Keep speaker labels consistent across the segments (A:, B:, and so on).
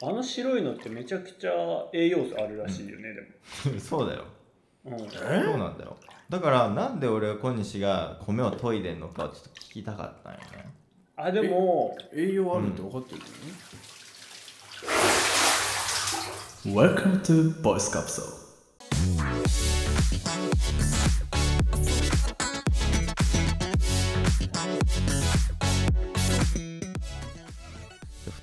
A: あの白いのってめちゃくちゃ栄養素あるらしいよね、
B: そうだよ
A: でも、うん、
C: え
B: そうなんだよだからなんで俺は小西が米を研いでんのかをちょっと聞きたかったんよね
A: あでも
C: 栄養あるって分かってるのね、Welcome to Voice Capsule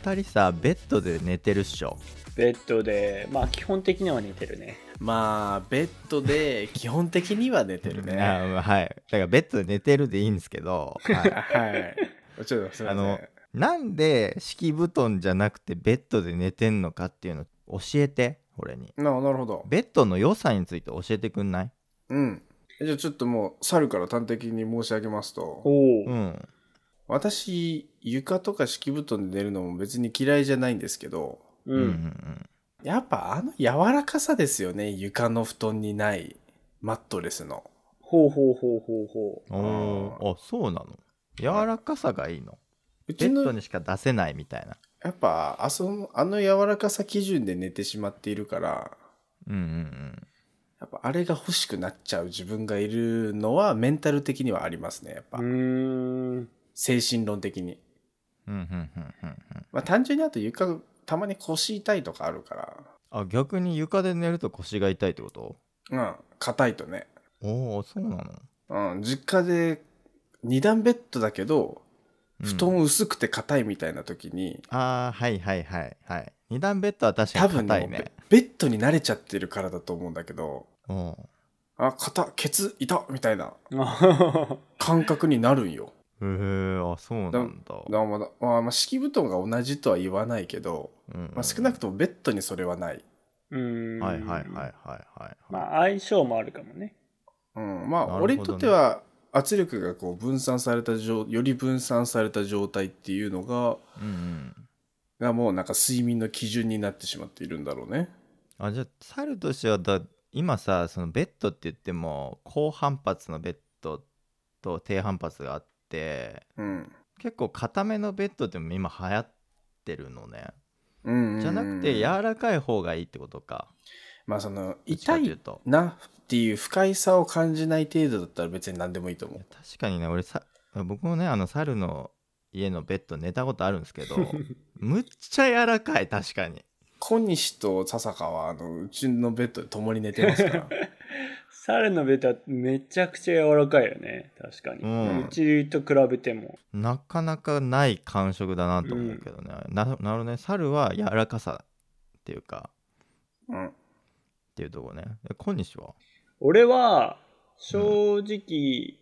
B: 2人さベッドで寝てるっしょ
A: ベッドでまあ基本的には似てるね
C: まあベッドで基本的には寝てる
B: あ
C: ね
B: ーはいだからベッドで寝てるでいいんですけど、はい
C: はいちょっとすいません
B: あのなんで敷布団じゃなくてベッドで寝てんのかっていうの教えて俺に
C: ななるほど
B: ベッドの良さについて教えてくんない
C: うんじゃあちょっともう猿から端的に申し上げます
A: お
C: と
A: お、
B: うん
C: 私床とか敷布団で寝るのも別に嫌いじゃないんですけど
A: う
B: うんんうん
C: やっぱあの柔らかさですよね床の布団にないマットレスの
A: ほうほうほうほうほ
B: うんおーあそうなの柔らかさがいいの
C: う
B: ベ
C: ち
B: ッド
C: の
B: にしか出せないみたいな
C: やっぱあそのあの柔らかさ基準で寝てしまっているから
B: うんうん
C: やっぱあれが欲しくなっちゃう自分がいるのはメンタル的にはありますねやっぱ、
A: ううーん
C: 精神論的に
B: うんうんうんうんうんうん
C: まあ単純にあと床たまに腰痛いとかあるか
B: あ逆に床で寝ると腰が痛いってこと
C: らうん硬いとね
B: おおそうなの
C: うん実家で2段ベッドだけど
B: うん
C: 布団薄くて硬いみたいな時に、
B: ああはいはいはいはい二段ベッドは確か
C: 多
B: に
C: 分
B: 硬
C: ね
B: いね
C: ベベッドに慣れちゃってるからだと思うんだけど
B: うん
C: あ硬ケツ痛っみたいな
A: あ
C: 感覚になるんよ
B: へえあそうなんだ
C: だからまだ、まあ、まあ敷布団が同じとは言わないけど、
B: うん
C: まあ、少なくともベッドにそれはない、
A: うーん
B: はいはいはいはいはい
A: まあ相性もあるかもね
C: うん、まあ、
B: なるほどね
C: 俺にとっては圧力がこう分散された状より分散された状態っていうのが
B: うんうん
C: がもうなんか睡眠の基準になってしまっているんだろうね
B: あじゃあ猿としてはだ今さそのベッドって言っても高反発のベッドと低反発があって
C: うん、
B: 結構硬めのベッドっても今流行ってるのね
C: うんうんうん
B: じゃなくて柔らかい方がいいってことか
C: まあその
B: どっちか
C: 痛
B: っていう
C: い
B: と
C: なっていう不快さを感じない程度だったら別に何でもいいと思
B: いうや確かにね俺さ僕もねあの猿の家のベッド寝たことあるんです けどむっちゃ柔らかい確かに
C: 小西と笹香はあのうちのベッドで共に寝てますから
A: 猿のベタめちゃくちゃ柔らかいよね確かに、
B: う
A: うんちと比べても
B: なかなかない感触だなと思うけどね、ななるほどね猿は柔らかさっていうか
C: うん
B: っていうとこねえ小西は
A: 俺は正直、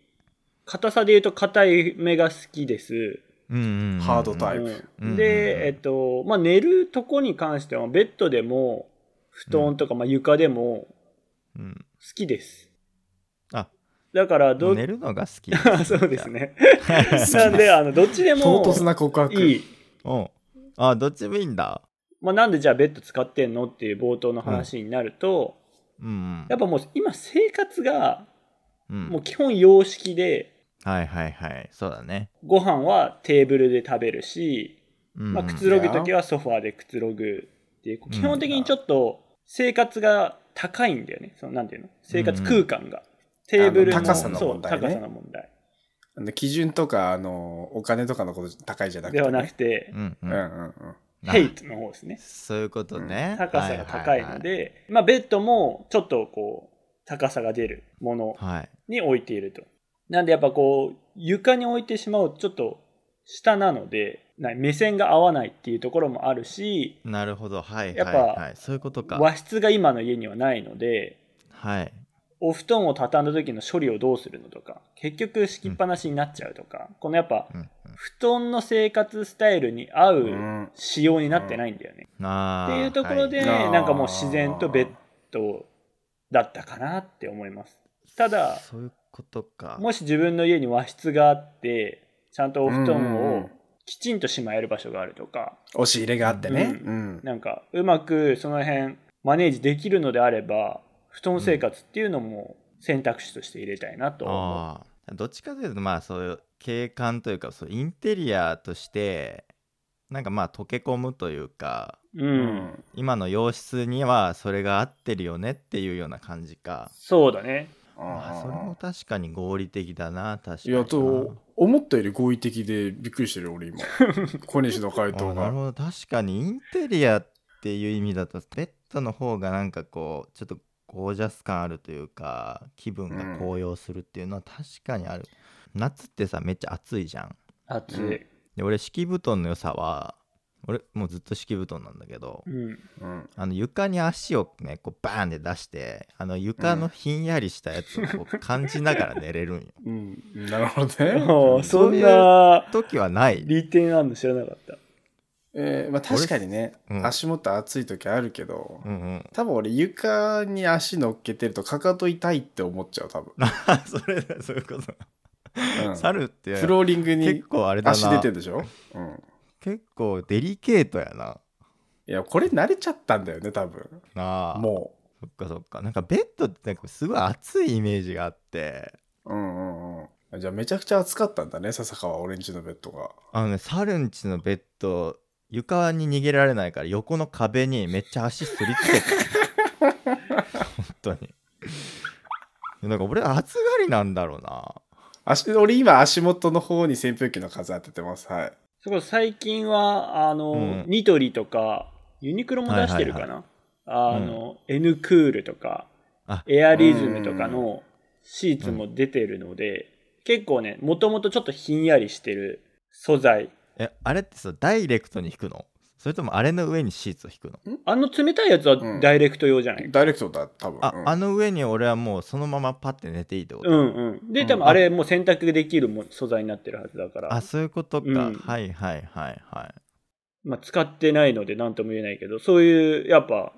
A: 硬さで言うと硬い目が好きです、
B: うんうんうん
C: ハードタイプ
B: うんうん
A: でえっとまあ寝るとこに関してはベッドでも布団とか、まあ、床でも
B: うん
A: 好きです
B: あ
A: だからどっ
B: 寝るのが好き
A: あ そうです ねなんであのどっちで
C: 唐
A: も
C: 突な告白
A: いい
B: うんあどっちもいいんだ
A: まあ、なんでじゃあベッド使ってんのっていう冒頭の話になると、
B: うんうん
A: やっぱもう今生活が
B: うん
A: もう基本様式で
B: はいはいはいそうだね、
A: ご飯はテーブルで食べるし、
B: うんうん
A: まあ、くつろぐ時はソファーでくつろぐっていう基本的にちょっと生活が高いんだよねそのなんていうの生活空間が、テーブルも
B: あの高さの
A: そう
C: 問題ね
A: 高さの問題
C: あの基準とかあのお金とかのこと高いじゃなくて、
A: ではなくて
B: う、んう
C: うんんうんうん
B: あ
A: ヘイトの方ですね
B: そういうことね、
A: 高さが高いので、まあ、ベッドもちょっとこう高さが出るもの
B: はいはいはい、はい
A: に置いていると。なんでやっぱこう床に置いてしまうとちょっと下なのでな目線が合わないっていうところもあるし
B: なるほどはい
A: やっ
B: は
A: ぱ
B: いはいそういうことか
A: 和室が今の家にはないので
B: はい
A: お布団を畳んだ時の処理をどうするのとか結局敷きっぱなしになっちゃうとか、このやっぱ
B: うん
A: 布団の生活スタイルに合
C: う
A: うん仕様になってないんだよね。
B: うん、あ
A: っ
B: ー
A: ていうところで、
B: はい
C: はい
A: なんかもう自然とベッドだったかなって思います。ただ
B: そういうことか
A: もし自分の家に和室があってちゃんとお布
C: うんう
A: 団
C: ん
A: をきちんとしまえる場所があるとか、
C: 押し入れがあってね、
A: う
C: うん
A: なんかうまくその辺マネージできるのであれば布団生活っていうのも選択肢として入れたいなと思
B: ああどっちかというとまあそういう景観というかそうインテリアとしてなんかまあ溶け込むというか
A: う。
C: うん
B: 今の洋室にはそれが合ってるよねっていうような感じか、
A: そうだね。
B: まあ、それも確かに合理的だな確か
C: い
B: にな
C: やと思ったより合意的でびっくりしてるよ俺 今小西の回
B: あ
C: 答
B: なる
C: が
B: ほど確かにインテリアっていう意味だとベッドの方がなんかこうちょっとゴージャス感あるというか気分が高揚するっていうのは確かにある、夏ってさめっちゃ暑いじゃん
A: 暑
C: う
A: い。
B: で俺敷布団の良さは俺もうずっと敷布団なんだけど、
A: うん。
C: うん
B: あの床に足をねこうバーンで出してあの床のひんやりしたやつをこう感じながら寝れるんよ
C: うんなるほど
A: あ
C: ね
A: ーそ
B: うん
A: な
B: 時はない
A: 利点あるの知らなかった。
C: えーまあ、確かにね、
B: うん
C: 足元暑い時あるけど、
B: うんうん
C: 多分俺床に足乗っけてるとかかと痛いって思っちゃう多分、
B: あ それだそういうこと、
C: うん
B: 猿って
C: フローリングに
B: 結構あれだな
C: 足出てるでしょ、うん、
B: 結構デリケートやない
C: やこれ慣れちゃったんだよね多分
B: なあ
C: も
B: そっかそっかなんかベッドってなんかすごい熱いイメージがあって
C: ううんうんうんじゃあめちゃくちゃ暑かったんだね笹川オレンジのベッドが
B: あのね猿んちのベッド床に逃げられないから横の壁にめっちゃ足すりつけて本当になんか俺暑がりなんだろうな
C: 足俺今足元の方に扇風機の風当ててますはい
A: そこ最近は、あの、
B: うん
A: ニトリとか、ユニクロも出してるかな。
B: いはい
A: あの、N クールとか
B: あ、
A: エアリズムとかのシーツも出てるので、結構ね、もともとちょっとひんやりしてる素材。
B: えあれってさダイレクトに引くのそれともあれの上にシーツを引くの
A: あの冷たいやつは
C: うん
A: ダイレクト用じゃない、
C: ダイレクトだ多分
B: あ、
C: うん
B: あの上に俺はもうそのままパッて寝ていいってこと、
A: うんうん。で、多分
C: うん
A: あれもう洗濯できるも素材になってるはずだから
B: あ、そういうことか、
A: うん
B: はいはいはいはい
A: まあ使ってないので何とも言えないけど、そういう、やっぱ、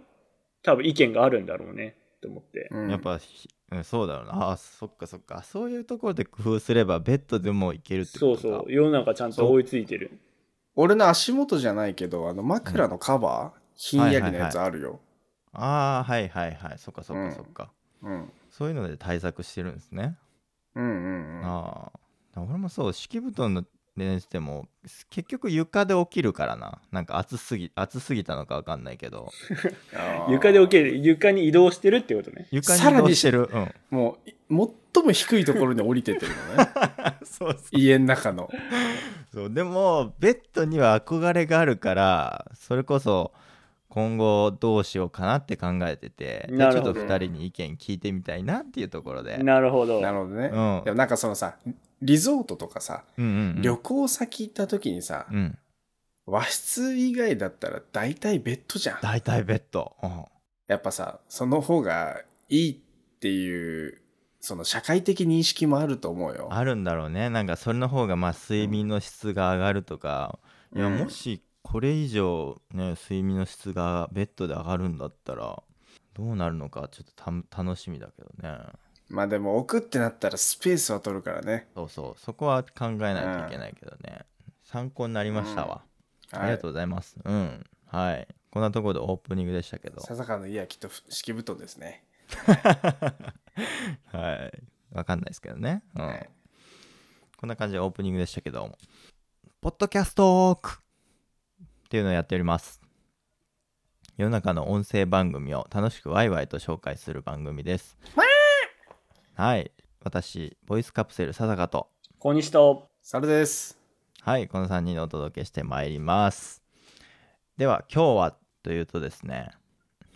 A: 多分意見があるんだろうね、と思って。
C: うん
B: やっぱひ、うん、そうだろうなあそっかそっかそういうところで工夫すればベッドでもいけるっ
A: そ
B: てこ
A: う
B: とか
A: そう、世の中ちゃんと追いついてる。
C: 俺の足元じゃないけどあの枕のカバー、ひんやりのやつあるよ、
B: ああはいはいはいそっかそっ
C: う
B: か
C: ん
B: そっか、
C: うん
B: そういうので対策してるんですね、
C: うんうんうん
B: ああ俺もそう敷布団の練習でも結局床で起きるからななんか暑すぎ暑すぎたのか分かんないけど
C: あー
A: 床で起きる、床に移動してるってことね。
B: 床
C: さ
B: に
C: ら
B: 移動
C: に
B: してるうん
C: もうい最も低いところに降りてってるの ね
B: そうそう
C: 家の中の
B: そうでもベッドには憧れがあるからそれこそ今後どうしようかなって考えててでち
A: な
B: ょ
A: る
B: っ
A: ほど
B: と2人に意見聞いてみたいなっていうところで、
A: なるほど。
C: なるほどね、
B: うん
C: でもなんかそのさリゾートとかさ
B: うんうんうん、
C: 旅行先行った時にさ、
B: うん、
C: 和室以外だったら大体ベッドじゃん
B: 大体ベッド、うん、
C: やっぱさその方がいいっていうその社会的認識もあると思うよ
B: あるんだろうねなんかそれの方がまあ睡眠の質が上がるとか、いや
C: うん
B: もしこれ以上ね睡眠の質がベッドで上がるんだったらどうなるのかちょっとた楽しみだけどね
C: まあでも置くってなったらスペースは取るからね
B: そうそうそこは考えないといけないけどね、参考になりましたわ、ありがと
C: う
B: うございます。うん。はい。こんなところでオープニングでしたけど。
C: 笹川の家はきっと敷布団ですね、
B: はい。わかんないですけどね。う
C: は
B: ん
C: い。
B: こんな感じでオープニングでしたけども。ポッドキャストークっていうのをやっております。世の中の音声番組を楽しくワイワイと紹介する番組です。はい。私、ボイスカプセル笹香と、
A: 小西と、
C: それです
B: はい、この3人でお届けしてまいります。では、今日はというとですね、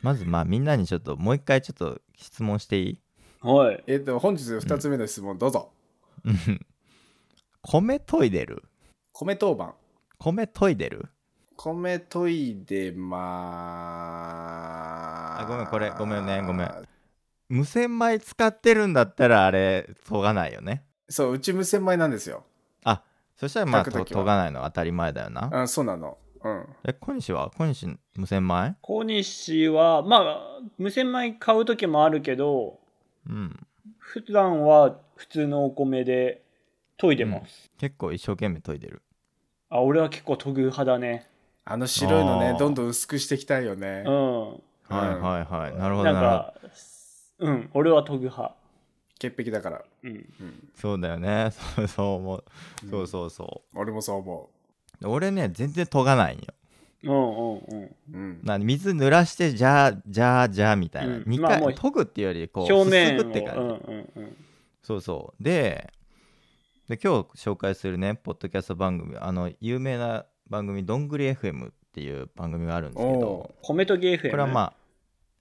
B: まずまあみんなにちょっともう一回ちょっと質問していい
A: はい。
C: えっ、と本日2つ目の質問どうぞ、
B: うん米研いでる
C: 米当番
B: 米研いでる
C: 米研いでまー
B: あごめんこれごめんねごめん無洗米使ってるんだったらあれ研がないよね
C: そううち無洗米なんですよ
B: あそしたらまあ
C: 炊
B: と
C: く時は
B: 研がないのは当たり前だよな
C: あそうなのうん
B: え小西は小西無洗米
A: 小西は、まあ、無洗米買う時もあるけど、
B: うん
A: 普段は普通のお米で研いでます。
B: 結構一生懸命研いでる
A: あ、俺は結構研ぐ派だね。
C: あの白いの
B: あ
C: ね
B: ー
C: どんどん薄くしていきたいよね
A: うん。
C: う
B: は
C: ん
B: いはいはいなるほ
A: なん
B: どなるほど
A: か、うん、俺は研ぐ派。
C: 潔癖だから、
A: うん。
C: うん、
B: そうだよね そうそう思うそうそうそ
C: 俺もそう思
B: う俺ね全然研がないんよ
A: うんうんうん。
C: ううん
B: な水濡らしてじゃあじゃあじゃあみたいな、
A: うん
B: 二
A: まあ
B: 回
A: もう
B: 研ぐっていうよりこう
A: 表面
B: す
A: を、
B: すぐって感じ、
A: うんうんうん、
B: そうそうでで今日紹介するねポッドキャスト番組あの有名な番組「どんぐり FM」っていう番組があるんですけど
C: お
B: こ
C: う
A: 米とゲーフ
B: れはまあ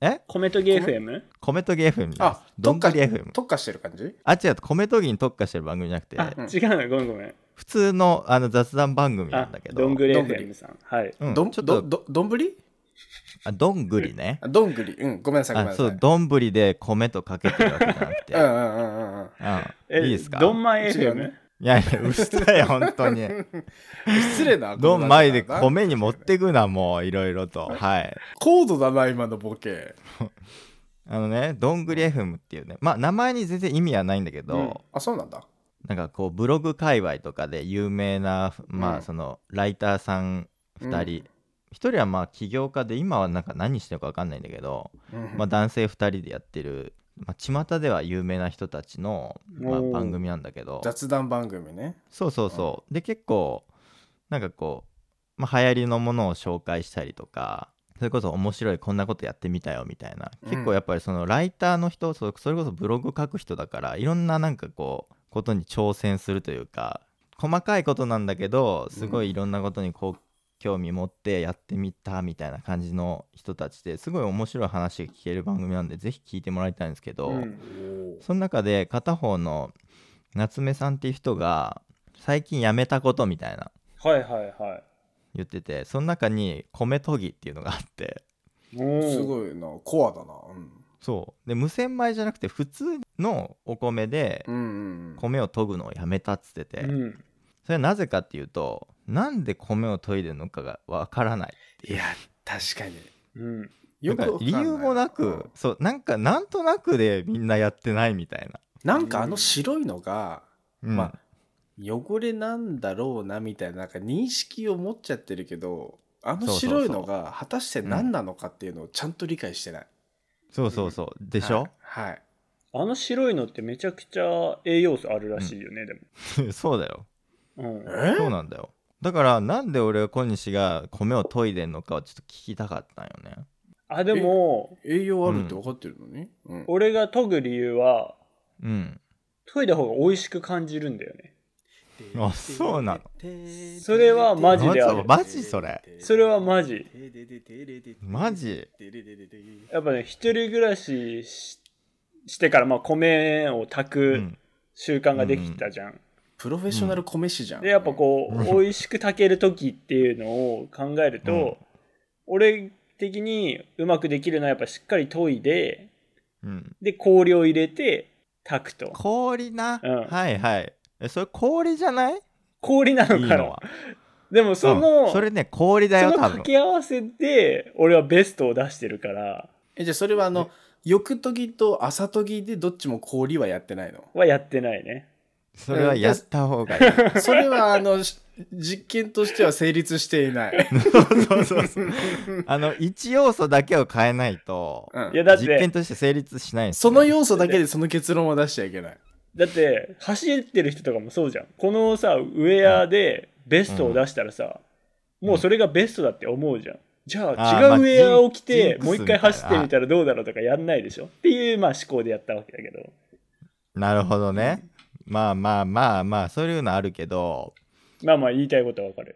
B: え
A: 米とゲーフ M?
B: 米とぎ FM じゃないです
C: あ
B: どんぐり FM
C: 特化してる感じ
B: あ違う米とぎに特化してる番組じゃなくて
A: あ、
C: うん
A: 違うのごめんごめん。
B: 普通のあの雑談番組な
A: あ
B: んだけ、ど
A: どんぐり
C: どんぐり
A: FM さん。はい。
B: うん
C: どん
B: ちょっ
C: ど
B: と
C: どどんぶり
B: あどんぐりね
C: あどんぐりうんごめんなさいごめん
B: あ
C: なさ
B: そ
C: いう
B: どんぶりで米とかけてるわけじゃな くて、
C: うんうんうんうんうん
B: うん、いいですか
A: どんまい
C: 違う
A: FM?
C: ね
B: いやいや、うっさい、本当に。
C: 失礼な
B: どんまいで米に持っ
C: る
B: てくな、もう、いろいろと。はい。
C: 高度だな今のボケ
B: あのね、どんぐり FM っていうね、まあ、名前に全然意味はないんだけど、
C: あそうなんだ
B: なんかこう、ブログ界隈とかで有名な、ま
C: うん
B: あ、その、ライターさん2人、1人はまあ、起業家で、今はなんか何してるか分かんないんだけど、
C: うん
B: まあ、男性2人でやってる、まあ、巷では有名な人たちの、まあ、
A: おー
B: 番組なんだけど、
C: 雑談番組ね
B: そうそうそう、で結構なんかこう、まあ、流行りのものを紹介したりとかそれこそ面白いこんなことやってみたよみたいな
C: うん
B: 結構やっぱりそのライターの人そそれこそブログ書く人だからいろんななんかこうことに挑戦するというか細かいことなんだけどすごいいろんなことにこう興味持ってやってみたみたいな感じの人たちですごい面白い話が聞ける番組なんでぜひ聞いてもらいたいんですけど、
A: うん
B: その中で片方の夏目さんっていう人が最近辞めたことみたいな
A: はいはいは
B: 言っててその中に米研ぎっていうのがあって
A: い。おー
C: すごいなコアだなうん
B: そうで無洗米じゃなくて普通のお米で
C: うんうんうん
B: 米を研ぐのをやめたっつってて、
A: うん、
B: それはなぜかっていうとなんで米を研いでるのかがわからない
C: いや確かに
A: うん、
C: よく
B: なんか
C: わかん
B: 理
C: ない
B: 由もなく、
C: うん
B: そうなんかなんとなくでみんなやってないみたいな、
C: なんかあの白いのが
B: うん
C: まあ汚れなんだろうなみたいななんか認識を持っちゃってるけどあの白いのが果たして何なのかっていうのをちゃんと理解してない、
B: そうそうそう、でしょ、
C: はい、はい
A: あの白いのってめちゃくちゃ栄養素あるらしいよね、で
B: そうだよ
A: も。うん、
C: え
B: そうなんだよだからなんで俺は小西が米を研いでんのかをちょっと聞きたかったんよね
A: あでも
C: 栄養あるって分かってるのに、うん
A: 俺が研ぐ理由は
B: うん
A: 研いだ方が美味しく感じるんだよね。
B: あそうな
D: の
A: それはマジである
B: マジそれ
A: それはマジ
B: マジ
A: やっぱね一人暮らしししてからまあ米を炊
B: う
A: く
B: ん
A: 習慣ができたじゃん。
C: プロフェッショナル米師じゃん、
A: でやっぱこう、
B: うん
A: 美味しく炊ける時っていうのを考えると、
B: うん
A: 俺的にうまくできるのはやっぱしっかり研いで
B: うん
A: で氷を入れて炊くと
B: 氷な、
A: うん
B: はいはいえそれ氷じゃないい
A: 氷なのか
B: い
A: な
B: のは
A: でもその、
B: うんそれね氷だ
A: その
B: よ多
A: 掛
B: 分
A: け合わせで俺はベストを出してるから
C: えじゃあそれはあの翌研ぎと朝研ぎでどっちも氷はやってないの
A: はやってないね
B: それはやった方がいい
C: それはあのし実験としては成立していない、
B: そうそうそうそうあの一要素だけを変えないと
C: うん
A: いやだっ
B: 実験
A: て
B: として成立しないんです
C: そ
B: よ
C: の要素だけでその結論は出しちゃいけない
A: だって走ってる人とかもそうじゃんこのさウェアでベストを出したらさ、もうそれがベストだって思うじゃんじゃあ
B: あーま
A: 違
B: あ
A: うウェアを着
B: ジン
A: て
B: ジンクス
A: もう一回走ってみたらどうだろうとかやんないでしょっていうまあ思考でやったわけだけど
B: なるほどねまあまあまあまあそういうのあるけど
A: まあまあ言いたいことはわかる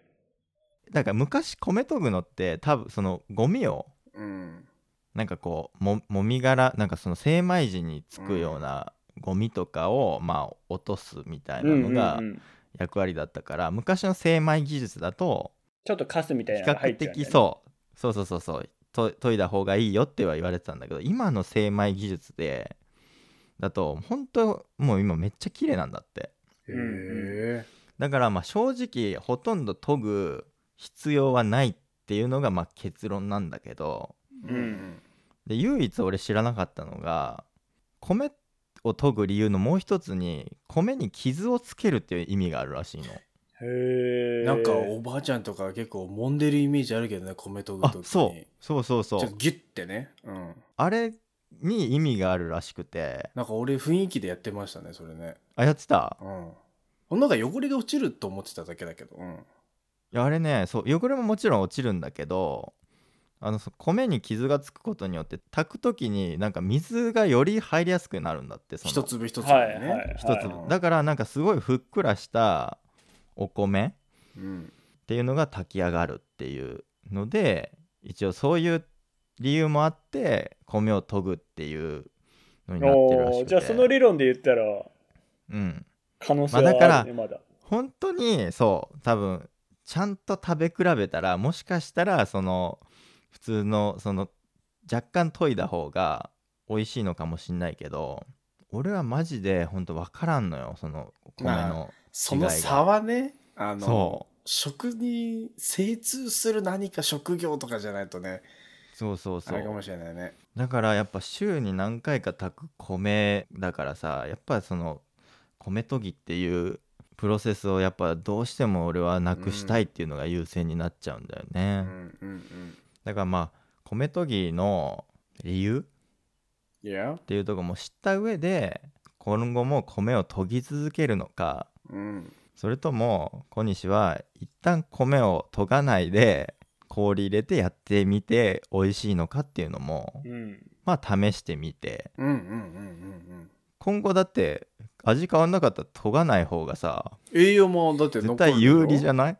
B: だから昔米研ぐのって多分そのゴミを
C: うん
B: なんかこうももみ殻なんかその精米時につくようなゴミとかを、まあ落とすみたいなの
A: う
B: が
A: んうんうん
B: 役割だったから、昔の精米技術だと
A: ちょっとカスみたい
B: 比
A: なのが入
B: 較
A: っちゃうんだよね
B: 的そうそうそうそうそうと研いだ方がいいよっては言われてたんだけど今の精米技術でだと本当もう今めっちゃ綺麗なんだって
A: ん
C: へえ
B: だからまあ正直ほとんど研ぐ必要はないっていうのがまあ結論なんだけど
A: うん
B: で唯一俺知らなかったのが米を研ぐ理由のもう一つに米に傷をつけるっていう意味があるらしいの
A: へえ
C: なんかおばあちゃんとか結構揉んでるイメージあるけどね米研ぐ
B: あ
C: 時に
B: そうそうそうそ
C: ちょっ
B: う
C: とギュッてね、うん、
B: あれに意味があるらしくて
C: なんか俺雰囲気でやってましたねそれね
B: あやってた
C: うんほんなんか汚れが落ちると思ってただけだけどうん
B: いやあれねそう汚れももちろん落ちるんだけどあのそ米に傷がつくことによって炊く時になんか水がより入りやすくなるんだってその
C: 一粒一粒
A: はい
C: ね、
A: はい
B: 一粒、だからなんかすごいふっくらしたお米
C: うん、
B: っていうのが炊き上がるっていうので一応そういう理由もあって米を研ぐっていうのになってるらしく
A: おー
B: て
A: じゃあその理論で言ったら
B: うん、
A: 可能性
B: まあだか
A: は
B: ら
A: あるねまだ,、
B: 本当にそう多分ちゃんと食べ比べたらもしかしたらその普通のその若干研いだ方が美味しいのかもしんないけど俺はマジで本当分からんのよその米の
C: その差はねあ
B: そ
C: の食に精通する何か職業とかじゃないとね
B: そうそうそ
C: あれか
B: う
C: もしれないね
B: だからやっぱ週に何回か炊く米だからさやっぱその米研ぎっていうプロセスをやっぱどうしても俺はなくしたいっていうのが優先になっちゃうんだよね、
C: うんうんうん
B: だからまあ米研ぎの理由
C: いや
B: っていうとこも知った上で今後も米を研ぎ続けるのか
C: うん
B: それとも小西は一旦米を研がないで氷入れてやってみて美味しいのかっていうのも
A: うん、
B: まあ試してみて
C: うんうんうんうんうん
B: 今後だって味変わんなかったら研がない方がさ
C: 栄養もだって
B: 絶
C: 残る
B: 対有利じゃ
C: ん
B: ない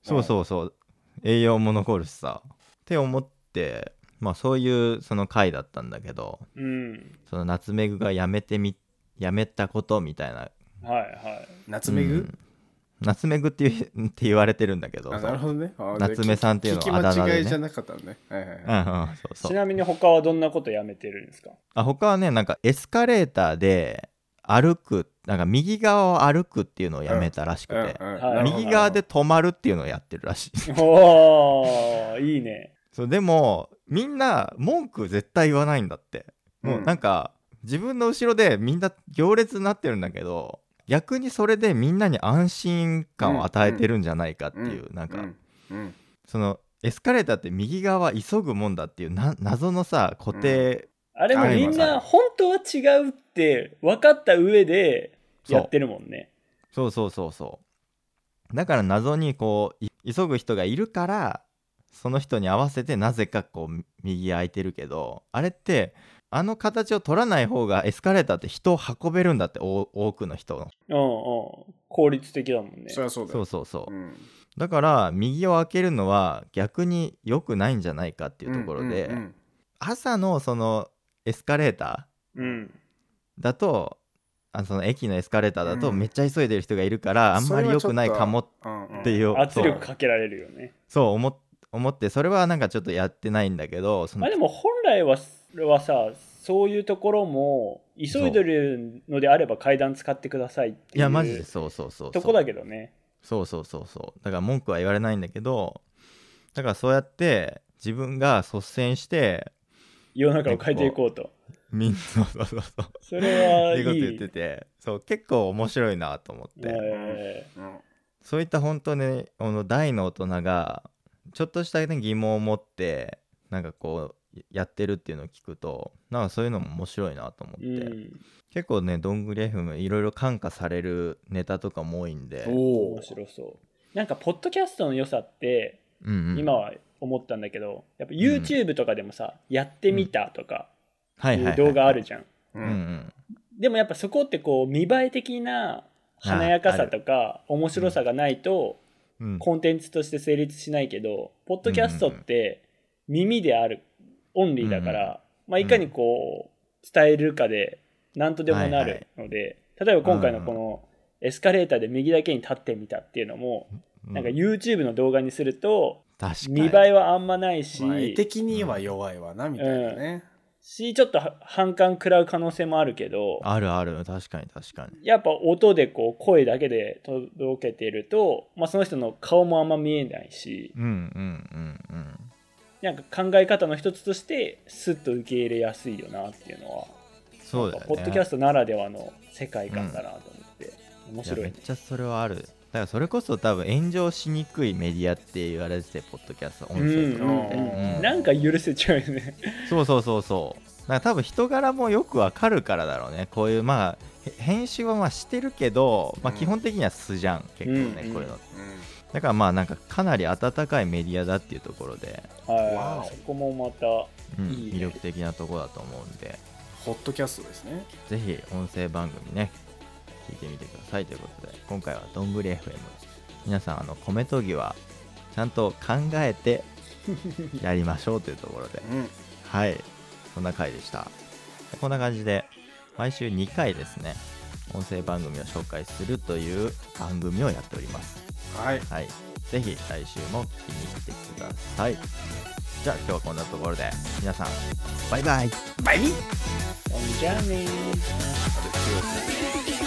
B: そうそうそう栄養も残るしさって思ってまあそういうその回だったんだけど
A: うん、
B: そのナツメグがやめてみやめたことみたいな
A: はいはい
C: ナツメ
B: う
C: グ
B: んナツメグっていう って言われてるんだけど
C: あなるほどねあ
B: ナツメさんっていうのは
C: 聞き
B: あだ名
C: 間
B: でね
C: 違いじゃなかったのねはいはい
B: うん
C: は
B: う
C: い
B: んそうそ
A: ち
B: う
A: なみに他はどんなことやめてるんですか
B: あ他はねなんかエスカレーターで歩くなんか右側を歩くっていうのをやめたらしく
C: うん
B: て、
C: うん
A: はい
C: なるほど
B: 右側で止まるっていうのをやってるらしい
A: おーいいね
B: そうでもみんな文句絶対言わないんだってもううんなんか自分の後ろでみんな行列になってるんだけど逆にそれでみんなに安心感を与えてるんじゃないかっていう、なんか、
C: うんうん
B: そのエスカレーターって右側急ぐもんだっていうな謎のさ固定、
A: あれもみんな本当は違うって分かった上でやってるもんね
B: そうそうそうそうだから謎にこうい急ぐ人がいるからその人に合わせてなぜかこう右空いてるけどあれってあの形を取らない方がエスカレーターって人を運べるんだってお多くの人の
A: うんうん効率的だもんね
C: そりゃそうだ
B: そう
C: よ
B: そうそう、
C: うん
B: だから右を開けるのは逆に良くないんじゃないかっていうところで、
C: うんうん
B: 朝のそのエスカレーター
A: うん
B: だとあのその駅のエスカレーターだと
C: うん
B: めっちゃ急いでる人がいるから、あんまり良くないかも
C: うんうん
B: っていう
A: 圧力
B: そう
A: かけられるよね
B: そう思っ思ってそれはなんかちょっとやってないんだけどそ
A: ま
B: の
A: あでも本来はそれはさそういうところも急いでるのであれば階段使ってくださいっていう
B: いやマジでそうそうそうそう
A: とこだけどね
B: そうそうそうそうだから文句は言われないんだけどだからそうやって自分が率先して
A: 世の中を変えていこうと
B: みんなそうそうそうそうっ
A: それはい
B: ていうこと言っ
A: い
B: ててそう結構面白いなと思って、
A: え
C: うん
B: そういった本当にあの大の大人がちょっとした、ね、疑問を持ってなんかこうやってるっていうのを聞くとなんかそういうのも面白いなと思って、
A: ーうん
B: 結構ねどんぐり FM いろいろ感化されるネタとかも多いんで、
C: お
A: 面白そうなんかポッドキャストの良さって
B: うんうん
A: 今は思ったんだけどやっぱ YouTube とかでもさ、やってみたとか
B: はいいはいは
A: う
B: い
A: 動画あるじゃん、
C: う
B: うんうんん
A: でもやっぱそこってこう見栄え的な華やかさとか面白さがないと
B: うん
A: コンテンツとして成立しないけど、ポッドキャストって耳であるオンリーだから、まあ、いかにこう伝えるかで何とでもなるので、例えば今回のこのエスカレーターで右だけに立ってみたっていうのも、
B: うん
A: なんか YouTube の動画にすると
B: 確かに
A: 見栄えはあんまないし、
C: まあ絵的には弱いわなみたいなね
A: しちょっとは反感食らう可能性もあるけど
B: あるある確かに確かに
A: やっぱ音でこう声だけで届けてると、まあ、その人の顔もあんま見えないし
B: うんうんうんうん
A: なんか考え方の一つとしてスッと受け入れやすいよなっていうのは
B: そうだよね
A: ポッドキャストならではの世界観だなと思って、面白い
B: やめ
A: ね
B: っちゃそれはあるだからそれこそ多分炎上しにくいメディアって言われててポッドキャスト音
A: う
B: 声
A: ん
B: とか
A: うん
C: うん
A: うんなんか許せちゃうよね
B: そうそうそうそうなんか多分人柄もよくわかるからだろうねこういうまあへ編集はまあしてるけど、まあ、
C: うん
B: 基本的には素じゃん結構ね、
A: うん
B: こういうのだからまあなんかかなり温かいメディアだっていうところで、
C: わ
A: は
C: お
A: い、そこもまた
B: うん
A: いいね
B: 魅力的なところだと思うんで
C: ホットキャストですね
B: ぜひ音声番組ね聞いてみてくださいということで今回はどんぶり FM 皆さんあの米研ぎはちゃんと考 えてやりましょうというところで
C: うん
B: はいそんな回でしたこんな感じで毎週2回ですね音声番組を紹介するという番組をやっております
C: はい
B: はい、ぜひ来週も聞きに来てください。じゃあ今日はこんなところで皆さんバイバイ
C: バイビー
A: じゃあねー
C: あれ強いですね